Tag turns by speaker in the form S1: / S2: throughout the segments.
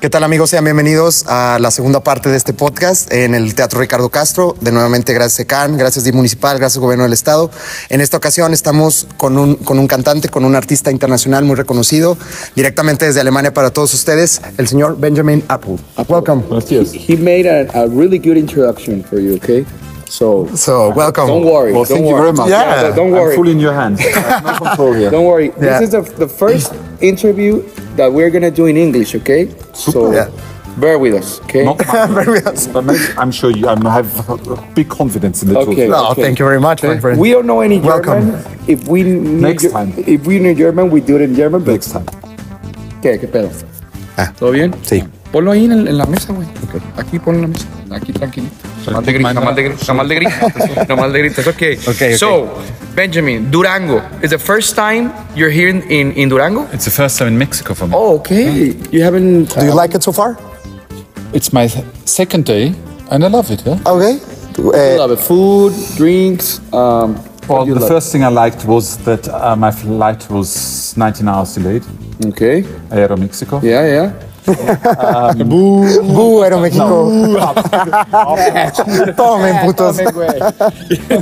S1: ¿Qué tal amigos? Sean bienvenidos a la segunda parte de este podcast en el Teatro Ricardo Castro. De nuevamente gracias ECAN, gracias DIM Municipal, gracias Gobierno del Estado. En esta ocasión estamos con un, con un cantante, con un artista internacional muy reconocido, directamente desde Alemania para todos ustedes, el señor Benjamin Apple. Welcome.
S2: Gracias.
S3: He made a, a really good introduction for you, okay? So,
S1: So, welcome.
S3: don't worry.
S2: Well,
S3: don't
S2: thank you
S3: worry.
S2: very much.
S3: Yeah,
S1: Yeah.
S3: don't
S2: I'm
S3: worry.
S2: fully in your hands. I have no control here.
S3: Don't worry.
S1: Yeah.
S3: This is the, the first interview that we're gonna do in English, okay? So
S1: Yeah.
S3: bear with us, okay?
S2: Not mine, but maybe- I'm sure you. I'm- I have big confidence in the two of
S3: Okay.
S2: you.
S1: No, thank you very much, my friend.
S3: We don't know any
S1: Welcome.
S3: German. If we knew
S2: Next
S3: Ge-
S2: time.
S3: If we knew German, we do it in German. But
S2: Next time.
S3: ¿Qué? ¿Qué pedo?
S1: Ah.
S3: ¿Todo bien?
S1: Sí.
S3: Ponlo ahí en, el- en la mesa, güey. Aquí ponlo en la mesa. Aquí tranquilito. Nomás de gritos, nomás de gritos, nomás de gritos. nomás de gritos. Okay.
S1: Okay,
S3: So, Benjamin, Durango. Is the first time you're here in, in, in Durango?
S4: It's the first time in Mexico for me.
S3: Oh, okay. You haven't.
S1: Do you like it so far?
S4: It's my th- second day, and I love it. Yeah?
S1: Okay.
S3: I
S1: Eh,
S3: love it. Food, drinks. Um,
S2: Well, the first thing I liked was that uh, my flight was 19 hours delayed.
S3: Okay.
S2: Aero Mexico.
S3: Yeah, yeah.
S1: Bú, Aeroméxico. Tomen, putos.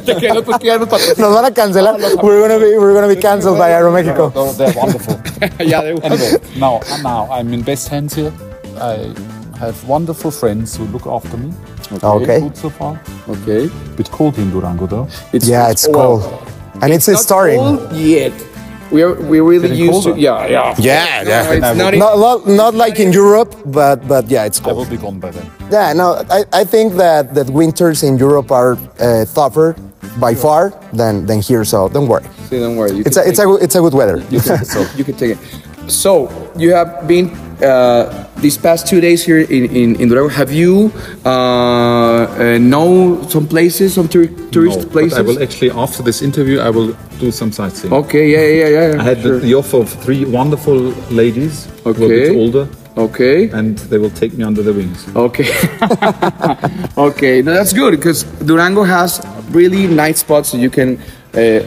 S3: Te quedó tus piernas para
S1: Nos van a cancelar. We're gonna be, we're gonna be canceled by Aeroméxico.
S2: Oh, they're wonderful.
S3: allá de
S2: anyway, now, now
S4: I'm in best hands here. I have wonderful friends who look after me.
S1: Okay.
S2: good so far.
S3: Okay.
S2: bit cold in Durango though.
S3: It's,
S1: Yeah, it's cold. And it's, it's
S3: Not
S1: starting.
S3: cold yet. We're we really
S2: Getting
S3: used to
S2: colder.
S3: yeah yeah
S1: Yeah,
S3: No,
S1: yeah.
S3: it's not in-
S1: Not, not, not like in Europe, but, but yeah, it's
S4: I
S1: cold.
S4: will be gone by then.
S1: Yeah, no, I, I think that, that winters in Europe are uh, tougher by far than, than here, so don't worry.
S3: See, don't worry. You
S1: It's
S3: can
S1: a, it's a,
S3: take
S1: good- it's a good weather.
S3: it. so you can take it. So you have been uh, these past two days here in in, in Durango. Have you uh, uh, know some places, some tour, tourist
S5: No,
S3: places?
S5: But I will actually, after this interview, I will do some sightseeing.
S3: okay, yeah, yeah, yeah. yeah,
S5: I had the,
S3: sure.
S5: the offer of three wonderful ladies who are a bit
S3: Okay.
S5: older,
S3: okay.
S5: and they will take me under their wings.
S3: Okay. okay, no, that's good because Durango has really nice spots that you can uh,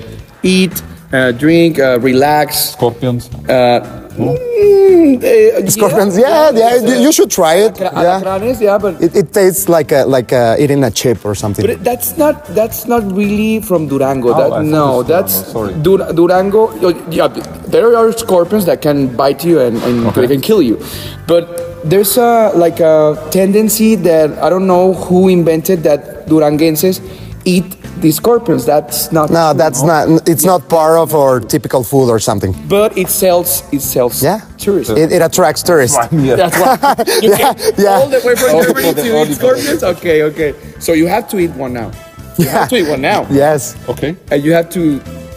S3: eat, uh, drink, uh, relax.
S2: Scorpions.
S3: Uh, mm, eh,
S1: Scorpions, yeah, yeah, you, you should try it. Yeah.
S3: Alacranes, uh, yeah, but.
S1: It, it tastes like a, like a, eating a chip or
S3: But
S1: something.
S3: it- that's not that's not really from Durango.
S2: Oh, I
S3: That,
S2: thought
S3: no,
S2: it was
S3: that's
S2: Durango,
S3: Dur- Durango. oh, Yeah, there are scorpions that can bite you and, and they can kill you. But there's a like a tendency that I don't know who invented that Duranguenses eat these scorpions. That's not
S1: No,
S3: true,
S1: that's not, it's not part of our typical food or something.
S3: But it sells it sells
S1: Yeah?
S3: tourists.
S1: It, it attracts tourists.
S2: I'm here.
S3: That's why you
S1: Yeah,
S3: came
S1: yeah.
S3: all the way from
S2: All
S3: Germany
S2: for the-
S3: to
S2: all the-
S3: eat scorpions. Okay, okay. So you have to eat one now. You have to eat one now.
S1: Yes.
S2: Okay.
S3: And you have to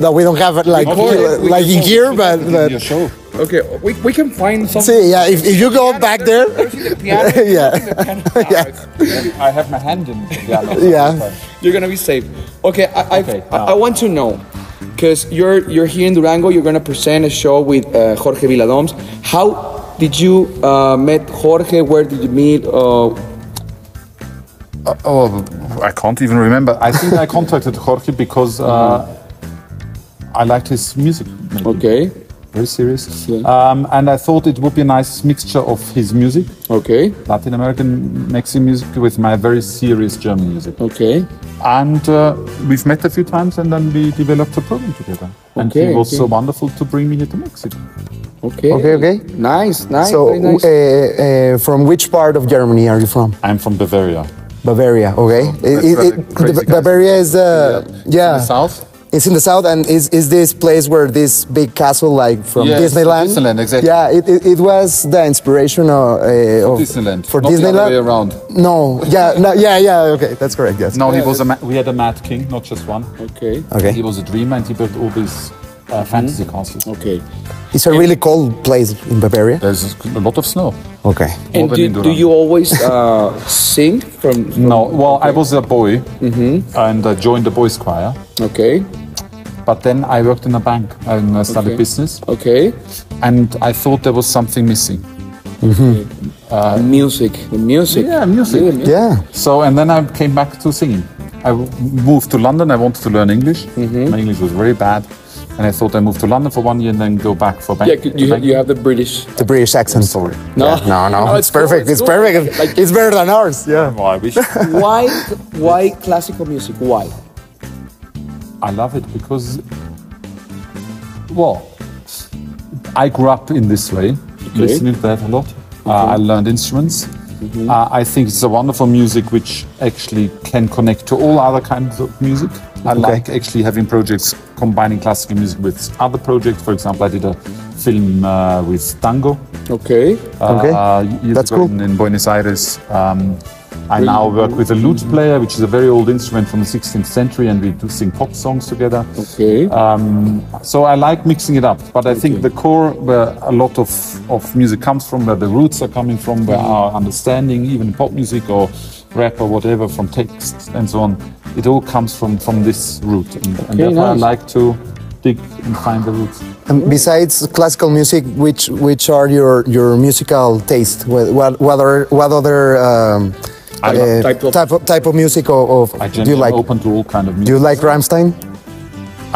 S1: No, we don't have it like,
S3: Record it, we
S1: like in
S3: can-
S1: here, but, but
S2: Your show.
S3: Okay, we, we can find some.
S1: see, yeah, if, if you go back there, yeah,
S3: yeah.
S2: I have my hand in the piano.
S1: Yeah.
S3: You're gonna be safe. Okay, I, I've-
S2: Okay,
S3: I,
S2: now.
S3: I want to know, because you're you're here in Durango. You're gonna present a show with uh, Jorge Villadoms. How did you uh, met Jorge? Where did you meet? Uh,
S4: Oh, I can't even remember.
S2: I think I contacted Jorge because uh, I liked his music. Maybe.
S3: okay,
S2: Very serious.
S3: Yeah.
S2: Um, and I thought it would be a nice mixture of his music,
S3: okay,
S2: Latin American Mexican music, with my very serious German music.
S3: okay.
S2: And uh, we've met a few times and then we developed a program together. and
S3: Okay,
S2: he was so
S3: okay.
S2: wonderful to bring me here to Mexico.
S3: Okay.
S1: Okay, okay.
S3: Nice, nice.
S1: So,
S3: very nice.
S1: uh, uh, from which part of Germany are you from?
S2: I'm from Bavaria.
S1: Bavaria, okay. It- it- it-
S4: the crazy
S1: the-
S4: guys.
S1: Bavaria is the yeah.
S4: South.
S1: It's in the south, and is is this place where this big castle, like from
S4: Yes,
S1: Disneyland?
S4: Disneyland, exactly.
S1: Yeah, it, it, it was the inspiration of, uh, of
S4: Disneyland,
S1: for
S4: not the
S1: Disneyland.
S4: other way around.
S1: No, yeah, no, yeah, yeah. Okay, that's correct. Yes.
S4: No, he was a ma-
S2: We had a mad king, not just one.
S1: eh,
S3: okay.
S1: Okay. Mm-hmm.
S2: He was a dreamer and he built all these uh, fantasy castles.
S1: Oh.
S3: Okay.
S1: It's a really cold place in Bavaria.
S4: There's a lot of snow.
S1: Okay.
S3: And
S4: than
S3: do,
S4: in
S3: do
S4: Durango.
S3: you always uh, sing from? from-
S2: No, well, I was a boy
S1: Mm-hmm.
S2: and I joined the boys' choir.
S3: Okay.
S2: But then I worked in a bank and I studied
S3: Okay.
S2: business,
S3: Okay.
S2: and I thought there was something missing.
S1: Uh,
S3: music. Music.
S2: Yeah, music.
S3: Really?
S1: Yeah.
S2: So, and then I came back to singing. I w- moved to London. I wanted to learn English. My English was very bad, and And I thought I moved to London for one year and then go back for
S3: Yeah,
S2: bank.
S3: you, you have the British.
S1: The British accent.
S2: Sorry.
S3: No,
S1: Yeah, no, no, it's,
S3: cool,
S1: perfect. It's,
S3: cool.
S1: perfect.
S3: Like,
S1: it's better than ours.
S2: Yeah, well, I wish.
S3: why, why classical music? Why?
S2: I love it because, well, I grew up in this way, listening to that a lot. Uh, I learned instruments. Uh, I think it's a wonderful music which actually can connect to all other kinds of music. I like actually having projects combining classical music with other projects. For example, I did a film uh, with tango.
S3: Okay.
S1: Okay.
S2: Uh, years
S1: That's
S2: ago
S1: cool.
S2: in, in Buenos Aires. Um, I now work with a lute player, which is a very old instrument from the 16th century, and we do sing pop songs together.
S3: Okay.
S1: Uh,
S2: Um, so I like mixing it up, but I think the core where a lot of, of music comes from, where the roots are coming from,
S1: Mm-hmm.
S2: where our understanding, even pop music or rap or whatever, from text and so on, it all comes from, from this root. And, and
S3: Okay,
S2: therefore I
S3: nice.
S2: like to dig and find the roots.
S1: And besides classical music, which which are your your musical taste? What what, what are what other um, uh,
S3: type of-
S1: type of type of music or,
S2: I
S1: or do
S2: generally
S1: you like?
S2: am open to all kind of music.
S1: Do you like Rammstein?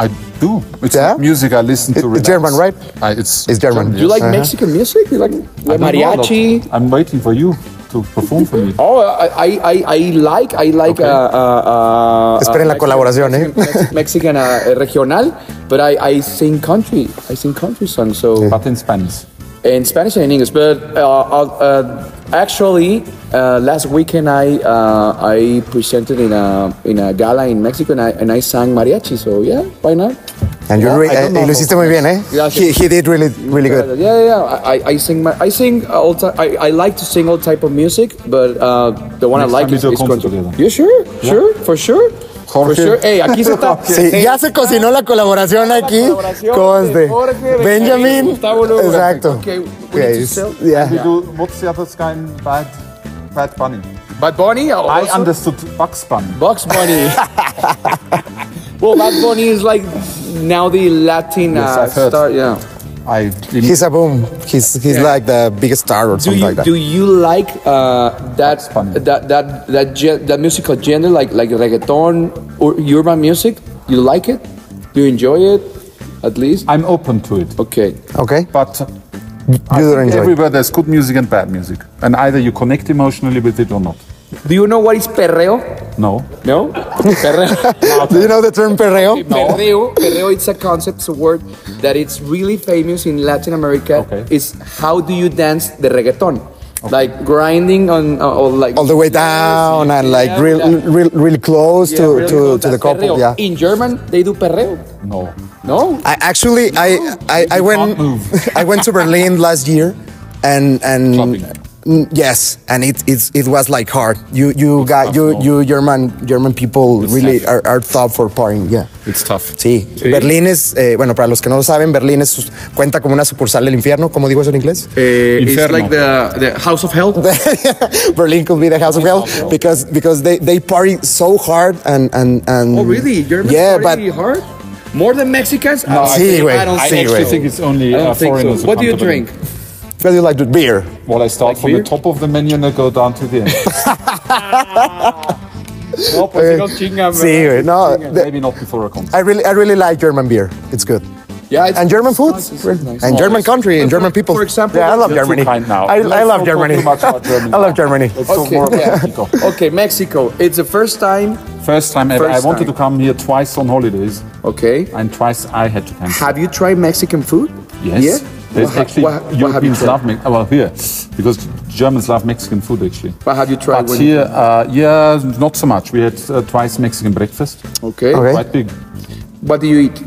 S2: I do. It's
S1: Yeah?
S2: not music I listen to.
S1: It-
S2: relax.
S1: German, right?
S2: I, it's,
S1: It's German.
S3: Do you like
S1: Uh-huh.
S3: Mexican music? You like
S2: I don't know a lot.
S3: mariachi?
S2: I'm waiting for you to perform for me.
S3: Oh, I, I, I, I like, I like. Uh, uh, uh,
S1: Esperen la
S3: Mexican-
S1: colaboración, eh?
S3: Mexican, Mexican uh, regional, but I, I sing country. I sing country songs. So
S2: But in Spanish.
S3: in Spanish and in English. But uh, uh, actually, uh, last weekend I uh, I presented in a in a gala in Mexico and I and I sang mariachi. So yeah, why not?
S1: And you
S2: Yeah,
S1: re-
S2: I don't
S1: eh,
S2: know
S1: lo hiciste muy bien, eh?
S3: Gracias.
S1: He, he did really really
S3: Yeah,
S1: good.
S3: yeah, yeah. I, I- I sing my, I sing all ti- I, I like to sing all type of music, but uh, the one
S2: Next
S3: I like
S2: time we
S3: is,
S2: do a
S3: is
S2: concert
S3: country.
S2: together.
S3: You sure? Sure, for sure. For
S1: Jorge.
S3: sure. Hey, aquí se está.
S1: Sí,
S3: Hey,
S1: Eh, ya se cocinó la colaboración aquí
S3: colaboración
S1: con
S3: de
S1: este
S3: Jorge, de Karim,
S1: Benjamin.
S3: Gustavo Lugo.
S1: Exacto.
S3: Okay, we need to
S1: Okay,
S3: sell-
S1: yeah.
S2: We do, what's the other guy in Bad, bad Bunny?
S3: Bad Bunny.
S2: I
S3: also-
S2: understood Bugs Bunny.
S3: Bugs Bunny. well, Bad Bunny is like now the Latin
S2: Yes,
S3: uh,
S2: I've heard.
S3: star. Yeah.
S2: I didn't.
S1: He's a boom. He's he's like the biggest star or
S3: Do
S1: something
S3: you
S1: like that.
S3: do you like uh, that,
S2: Bugs Bunny.
S3: that that that gen- that musical genre like like reggaeton or urban music? You like it? Do you enjoy it? At least.
S2: I'm open to it.
S3: Okay.
S1: okay.
S2: But I
S1: You don't
S2: think
S1: enjoy. it.
S2: everywhere there's good music and bad music. And either you connect emotionally with it or not.
S3: Do you know what is perreo?
S2: No.
S3: No. Perreo.
S1: Do you know the term perreo?
S3: Perreo, perreo, it's a concept, it's a word that it's really famous in Latin America.
S2: Okay.
S3: It's how do you dance the reggaeton? Like grinding on, uh, or like
S1: all the way down and like real, real, really close to,
S3: really
S1: to,
S3: close,
S1: to the
S3: that's
S1: couple.
S3: perreo.
S1: Yeah.
S3: In German, they do perreo.
S2: No.
S3: No.
S1: I actually, I, I, I went, I went to Berlin last year, and and
S2: Clubbing.
S1: Mm, yes, and it it's, it was like hard. You you got you you German German people really are, are thought for partying. Yeah.
S2: It's tough.
S1: Sí. Berlín es, eh, bueno, para los que no lo saben, Berlín es, cuenta como una sucursal del infierno. ¿Cómo digo eso en inglés?
S3: Eh, it's like the, the house of hell.
S1: Berlin could be the house of hell because because they, they party so hard and and and.
S3: oh, really? Germans
S1: yeah,
S3: party
S1: but
S3: hard? More than Mexicans? No,
S1: I think- güey.
S3: I don't
S1: I See,
S2: I
S3: think
S2: actually
S1: wait.
S2: think it's only
S3: I
S2: uh,
S3: don't think
S2: foreigners.
S3: so.
S2: who
S3: What do
S2: come
S3: you
S2: to Berlin.
S3: drink?
S1: what do you like to beer?
S2: Well, I start from
S3: beer?
S2: the top of the menu and I go down to the end.
S3: Oh,
S2: no, pues
S1: Eh,
S2: no chingan,
S1: sí,
S2: ¿verdad?
S1: güey, no,
S2: Chingan.
S1: the-
S2: Maybe not before a concert.
S1: I really I really like German beer. It's good.
S3: Yeah, it's,
S1: And German
S3: it's
S1: food
S3: nice, it's
S1: really-
S3: nice.
S1: and
S3: Oh,
S1: German
S3: it's-
S1: country and
S3: for-
S1: German people.
S3: For example,
S1: yeah, I love
S2: You're too
S1: Germany.
S2: kind now.
S1: I, I
S2: Let's
S1: love
S2: not talk
S1: Germany.
S2: too much about Germany.
S1: I love Germany.
S2: Let's talk
S3: Okay.
S2: more about Mexico.
S3: Okay, Mexico. It's the first time.
S2: First time ever.
S3: First
S2: I wanted
S3: time.
S2: to come here twice on holidays,
S3: Okay.
S2: and twice I had to cancel.
S3: Have you tried Mexican food?
S2: Yes.
S3: Yeah?
S2: There's
S3: What ha-
S2: actually
S3: what ha- what have you
S2: Europeans
S3: tried?
S2: love me- well here because Germans love Mexican food actually.
S3: What have you tried?
S2: But
S3: When
S2: here, uh, yeah, not so much. We had uh, twice Mexican breakfast,
S3: okay.
S1: Okay.
S2: quite big.
S3: What do you eat?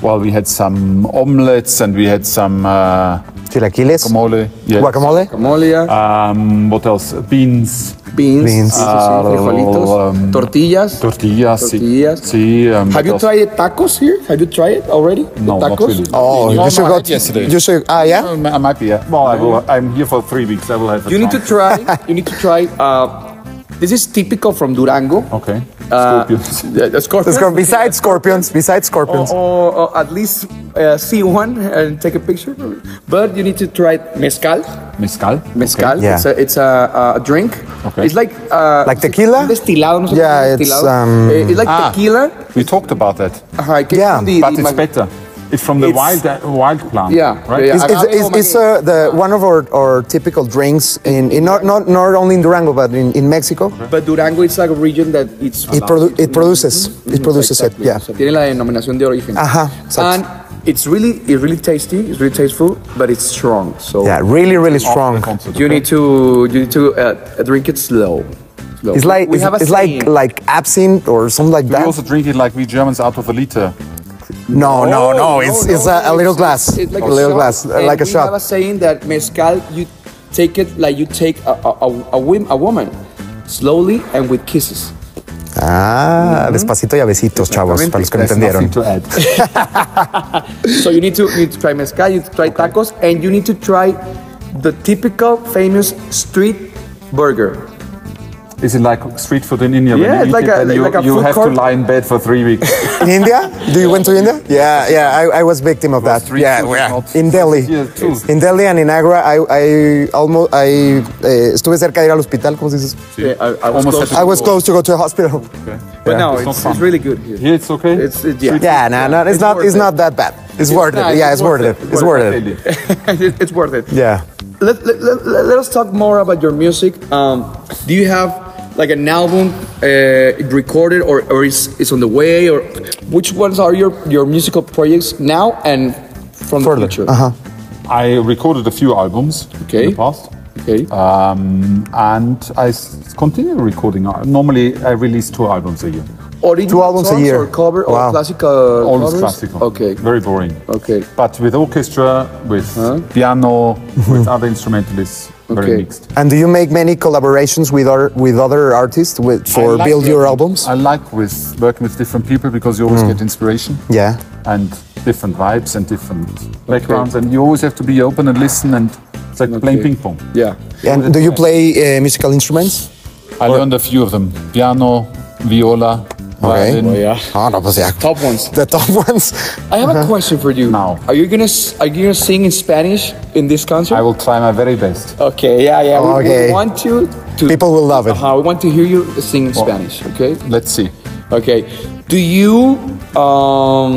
S2: Well, we had some omelets and we had some uh,
S1: Chilaquiles.
S2: guacamole. Yes.
S1: Guacamole.
S3: Camolia,
S2: Um, what else? Beans,
S3: beans,
S1: beans. uh,
S3: sí, sí, sí, frijolitos,
S2: um,
S3: tortillas.
S2: tortillas. sí.
S3: Tortillas.
S2: Sí, um,
S3: have
S2: what
S3: you
S2: else?
S3: tried tacos here? Have you tried it already? The
S2: No, not
S3: tacos?
S2: really.
S1: Oh,
S2: No,
S1: you should
S2: no, I
S1: go.
S2: had yesterday.
S1: You should. Ah, yeah.
S2: I might be. Yeah. Well, I will, I'm here for three weeks. I will have. A
S3: You need to
S2: chance.
S3: try. you need to try. Uh, this is typical from Durango.
S2: Okay.
S3: Uh,
S2: Scorpions.
S3: the- the scorpions.
S1: Let's go. Besides scorpions, besides
S3: or,
S1: scorpions.
S3: or- or at least uh, see one and take a picture. But you need to try mezcal.
S2: mezcal.
S3: Mezcal.
S1: Yeah.
S3: It's a, it's a, a drink.
S2: Okay.
S3: It's like uh,
S1: Like tequila?
S3: Destilado, no sé
S1: Yeah,
S3: cómo es
S1: it's,
S3: destilado.
S1: um,
S3: Eh, it's like
S2: Ah.
S3: tequila.
S2: We talked about that,
S3: Ajá, que
S1: Yeah.
S3: es the-
S2: but
S3: the
S2: it's
S3: mag-
S2: better. It's from the
S1: It's-
S2: wild uh, wild plant,
S3: Yeah,
S2: right?
S3: yeah,
S1: It's,
S3: oh. I-
S1: it's, it's,
S3: I-
S1: it's uh, the, one of our, our typical drinks in, in not, not, not only in Durango, but in, in Mexico.
S3: But Durango it's like a region that it's Mm-hmm.
S1: It, produ- it produces, it produces it,
S3: Exactly.
S1: yeah.
S3: O sea, tiene la denominación de origen.
S1: Ajá, exacto.
S3: And it's really it's really tasty, it's really tasteful, but it's strong. So
S1: Yeah, really, really
S3: Oh,
S1: strong.
S3: you need to you need to uh, drink it slow. Slow.
S1: It's like,
S3: we
S1: it's,
S3: have a
S1: it's like,
S3: saying.
S1: like absinthe or something like
S2: We
S1: that.
S2: also drink it like we Germans out of a liter.
S1: No, no, no.
S3: Oh, no,
S1: It's
S3: no,
S1: it's
S3: no,
S1: a, a little glass,
S3: It's, it's like
S1: a little
S3: shot.
S1: glass, uh,
S3: And
S1: like a
S3: we have a
S1: shot.
S3: saying that mezcal, you take it like you take a a, a, a, wim- a woman, slowly and with kisses.
S1: Ah,
S3: Mm-hmm.
S1: despacito y a besitos, chavos, para los que no
S2: There's nothing
S1: entendieron.
S2: to add.
S3: So you need to you need to try mezcal, you need to try tacos, and you need to try the typical famous street burger.
S2: Is it like street food in India?
S3: Yeah,
S2: when
S3: it's
S2: you
S3: like
S2: eat it
S3: a-
S2: and you,
S3: like a
S2: you
S3: food
S2: have
S3: court.
S2: to lie in bed for three weeks.
S1: In India? Do you went to India? Yeah, yeah. I, I was victim of that.
S2: street
S1: Yeah,
S2: food is
S1: yeah.
S2: not-
S1: In Delhi.
S2: Yeah, true.
S1: In Delhi and in Agra, I, I almost, I eh, estuve cerca de ir al hospital, ¿cómo se dice?
S3: Yeah, I, I was
S2: Almost
S3: close,
S2: had
S1: I was close to go to a hospital.
S3: but no,
S2: It's
S3: it's,
S2: not
S3: it's,
S2: fun.
S3: really good. Here.
S2: Here it's okay.
S3: It's it, yeah.
S1: Yeah, no, no, it's, not,
S3: worth
S1: it's
S3: it.
S1: not that bad. It's, worth
S3: nice,
S1: it. Yeah, it's worth it. It's worth it.
S3: It- it's worth it.
S1: Yeah.
S3: Let, let, let, let- let us talk more about your music. Um, do you have like an album uh, recorded or, or is, is on the way or which ones are your, your musical projects now and from
S1: Further.
S3: the future?
S1: Uh-huh.
S2: I recorded a few albums
S3: Okay.
S2: in the past.
S3: Okay.
S2: Um, and I s- continue recording. Uh, Normally, I release two albums a year.
S3: Original
S1: Two albums a
S3: songs
S1: year.
S3: or cover or
S1: Wow.
S3: classical
S2: Always
S3: covers?
S2: classical.
S3: Okay.
S2: Very boring.
S3: Okay.
S2: But with orchestra, with piano, with other instrumentalists, very
S3: Okay.
S2: mixed.
S1: And do you make many collaborations with, our, with other artists with, for
S2: I like
S1: build your
S2: working-
S1: albums?
S2: I like with working with different people because you always get inspiration.
S1: yeah.
S2: and different vibes and different backgrounds. And you always have to be open and listen. And it's like playing ping pong.
S3: Yeah.
S1: And do you play uh, musical instruments?
S2: I learned a few of them: piano, viola, violin.
S1: Oh, no, pues ya.
S3: Top ones.
S1: The top ones.
S3: I have
S1: Uh-huh.
S3: a question for you.
S2: Now.
S3: Are you gonna s- are you gonna sing in Spanish in this concert?
S2: I will try my very best.
S3: Okay, yeah, yeah. we-
S1: Okay.
S3: We want to, to
S1: People will love it.
S3: Uh-huh, we want to hear you sing in Spanish. Okay.
S2: Let's see.
S3: Okay. Do you um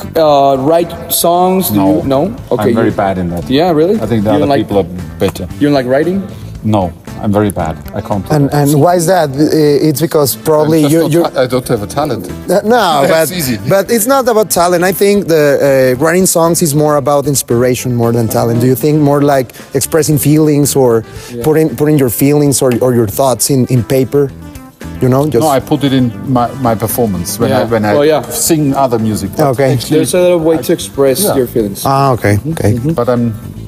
S3: c- uh, write songs? Do
S2: No,
S3: You, no. Okay.
S2: I'm very
S3: you,
S2: bad in that.
S3: Yeah, really.
S2: I think the
S3: you
S2: other
S3: don't like,
S2: people are better.
S3: You don't like writing?
S2: No, I'm very bad. I can't.
S1: And, and why is that? I- It's because probably
S2: I'm just
S1: you.
S2: not-
S1: you
S2: I don't have a talent.
S1: no, but,
S2: That's easy.
S1: but it's not about talent. I think the uh, writing songs is more about inspiration more than talent. Do you think more like expressing feelings or putting, putting your feelings or, or your thoughts in, in paper? You know, just.
S2: No, I put it in my, my performance when I
S3: Yeah.
S2: when I
S3: Oh, yeah.
S2: sing other music. But
S1: Okay.
S2: Actually,
S3: There's another way to express
S2: Yeah.
S3: your feelings.
S1: Ah, okay,
S2: Mm-hmm.
S1: okay.
S2: but I'm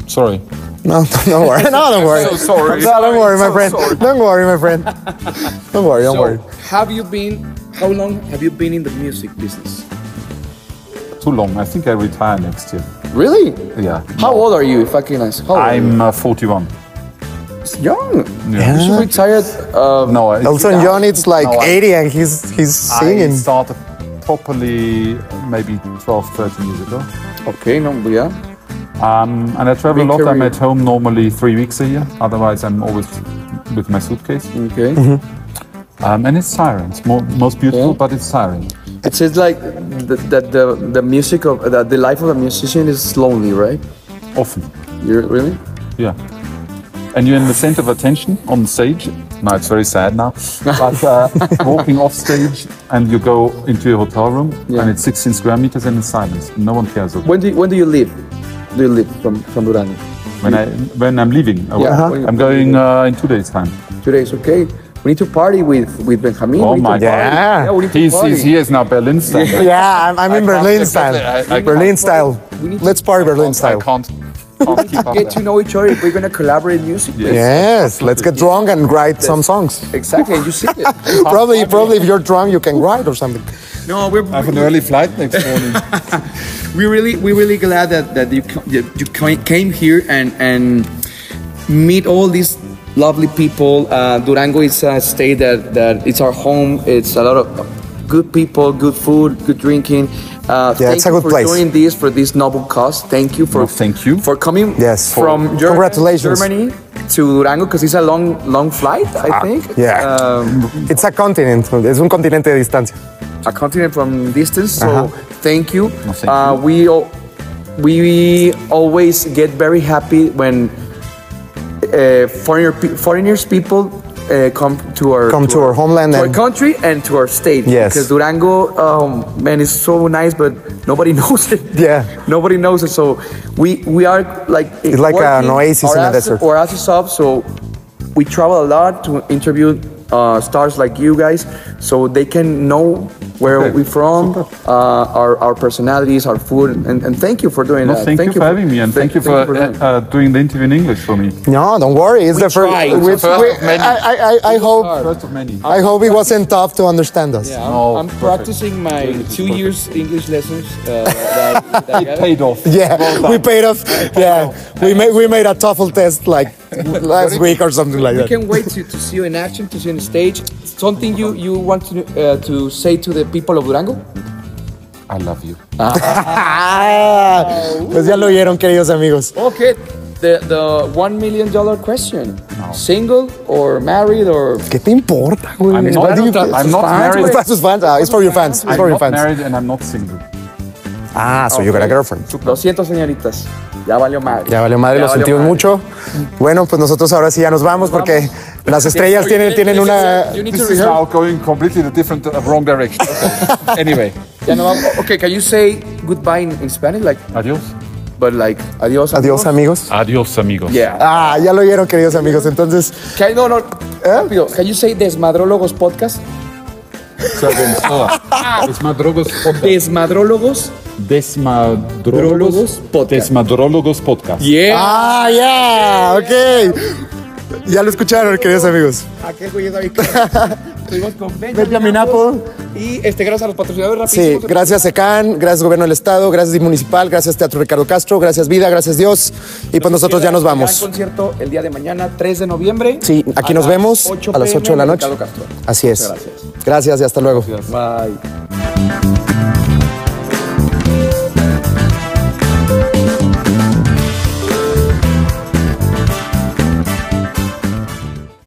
S2: sorry.
S1: No, don't worry. No, don't worry.
S2: so sorry.
S1: No, don't worry, my
S2: So
S1: friend.
S2: sorry.
S1: Don't worry, my friend. Don't worry, don't worry.
S3: so, have you been? How long have you been in the music business?
S2: Too long. I think I retire next year.
S3: Really?
S2: Yeah.
S3: How old are you, if I can ask? How old?
S2: I'm uh, 41.
S3: It's young.
S2: Yeah.
S3: You should retire. Uh,
S2: No, it's-
S1: Elton John, it's like
S2: No, I-
S1: 80 and he's he's
S2: I
S1: singing.
S2: started properly maybe 12, 13 years ago.
S3: Okay, no, yeah.
S2: Um, and I travel
S3: Big
S2: a lot. I'm
S3: career.
S2: at home normally three weeks a year. Otherwise, I'm always with my suitcase.
S3: Okay.
S2: Mm-hmm. Um, and it's tiring. It's mo most beautiful,
S3: Yeah.
S2: but it's tiring.
S3: It says like th- that the the music of that the life of a musician is lonely, right?
S2: Often.
S3: You really?
S2: Yeah. And you're in the center of attention on the stage. Now it's very sad now. But uh, walking off stage and you go into your hotel room
S3: Yeah.
S2: and it's 16 square meters and it's silence. No one cares. Of
S3: When do you, when do you leave? Do you leave from from Durango?
S2: When I when I'm leaving, I will-
S3: Yeah. Uh-huh.
S2: I'm going uh, in two days' time.
S3: Today is okay. We need to party with with Benjamin.
S2: Oh
S3: we need to
S2: my
S3: party.
S2: God.
S1: Yeah.
S3: yeah, we need to
S2: He's,
S3: party.
S2: he's he is now Berlin style.
S1: Yeah, I'm, I'm in
S2: can't-
S1: Berlin
S2: exactly,
S1: style.
S2: I- I
S1: Berlin
S2: can't-
S1: style.
S3: We need to-
S1: Let's party Berlin
S2: I
S1: style.
S2: can't, can't keep up.
S3: Get to
S2: there.
S3: know each other. We're gonna collaborate in music.
S2: Yeah.
S1: Yes, let's get drunk and write some songs.
S3: Exactly, and you see it.
S1: Probably, probably if you're drunk, you can write or something.
S3: No, we're
S2: I have an early flight next morning.
S3: we're really we're really glad that that you co- that you co- came here and and meet all these lovely people. Uh, Durango is a state that that it's our home. It's a lot of good people, good food, good drinking, Uh, thank
S1: it's a
S3: you
S1: good
S3: for
S1: place.
S3: doing this for this noble cause. Thank you for
S5: No, thank you.
S3: for coming.
S1: Yes.
S3: from Ger-
S1: Congratulations.
S3: Germany to Durango because it's a long long flight.
S5: Ah,
S3: I think.
S1: yeah.
S3: Um,
S1: It's a continent, es un continente de distancia.
S3: a continent from distance. So thank you.
S5: thank
S3: uh,
S5: you.
S3: We al- we always get very happy when uh, foreigner pe- foreigners people uh, come to our
S1: Come to our homeland
S3: to our
S1: and-
S3: country, and to our state.
S1: Yes.
S3: because Durango, um, man, is so nice, but nobody knows it.
S1: Yeah.
S3: nobody knows it. So we we are like
S1: It's like an oasis in the desert.
S3: Or asses up. So we travel a lot to interview uh, stars like you guys, so they can know where
S2: Okay,
S3: we're from, uh, our our personalities, our food, and, and thank you for doing
S2: No,
S3: that.
S2: thank, you for having me and thank, you for,
S3: doing that.
S2: uh, uh, doing the interview in English for me.
S1: No, don't worry. It's the first.
S3: tried.
S1: we-
S3: It's the first
S1: we-
S3: of many.
S1: I, I, I, I hope.
S2: First of many.
S1: I hope it wasn't tough to understand
S2: uh,
S1: us.
S3: I'm, I'm practicing my two years English lessons. Uh, that, that I got.
S2: Paid off.
S1: Yeah, we paid off. Yeah, we made we made a TOEFL test like last week or something like
S3: We
S1: that.
S3: can wait to, to see you in action, to see you on stage. Something you, you want to, uh, to say to the people of Durango?
S2: I love you.
S1: Ah, pues ya lo oyeron, queridos amigos.
S3: Okay, the, the one million dollar question. Single or married or
S1: ¿Qué te importa, güey?
S2: I'm
S1: What
S2: not,
S1: do you-
S2: I'm not
S3: fans,
S2: married.
S1: It's for sus fans. Ah, it's for your fans. It's for
S2: I'm
S1: your
S2: not
S1: fans.
S2: married and I'm not single.
S1: Ah, so you got a girlfriend.
S3: 200 señoritas. Ya valió madre.
S1: Ya valió madre,
S3: Ya
S1: lo
S3: valió
S1: sentimos
S3: madre.
S1: mucho. Bueno, pues nosotros ahora sí ya nos vamos porque las estrellas tienen, tienen una.
S3: You need to
S2: This is
S3: rehearse.
S2: now going completely in a different, uh, wrong direction. Okay. anyway,
S3: Ya no vamos. Okay, can you say goodbye in, in Spanish? Like,
S2: adios.
S3: but like, adiós.
S1: Adiós, amigos.
S5: Adios, amigos.
S3: Yeah.
S1: Ah, ya lo oyeron, queridos amigos. Entonces,
S3: Can, no,
S1: ¿Eh?
S3: no. Rápido. Can you say Desmadrólogos Podcast?
S5: um, Desmadrogos podcast.
S3: Desmadrólogos. Drólogos
S5: Desmadrólogos
S3: podcast.
S5: Desmadrólogos podcast.
S3: Yeah.
S1: ah, ya, ok. Ya lo escucharon, queridos amigos.
S3: Ah, Estuvimos con
S1: Benjamin Apple.
S3: Y este, gracias a los patrocinadores
S1: Sí,
S3: rapidísimo.
S1: gracias ECAN, gracias Gobierno del Estado, gracias DIF Municipal, gracias Teatro Ricardo Castro, gracias Vida, gracias Dios. Y pues nosotros ya nos
S3: Gran
S1: vamos.
S3: concierto el día de mañana, 3 de noviembre.
S1: Sí, aquí
S3: A
S1: nos
S3: las
S1: vemos
S3: 8
S1: a las 8 de la
S3: PM,
S1: noche.
S3: Ricardo Castro.
S1: Así es.
S3: Muchas
S1: Gracias y hasta luego.
S3: Bye.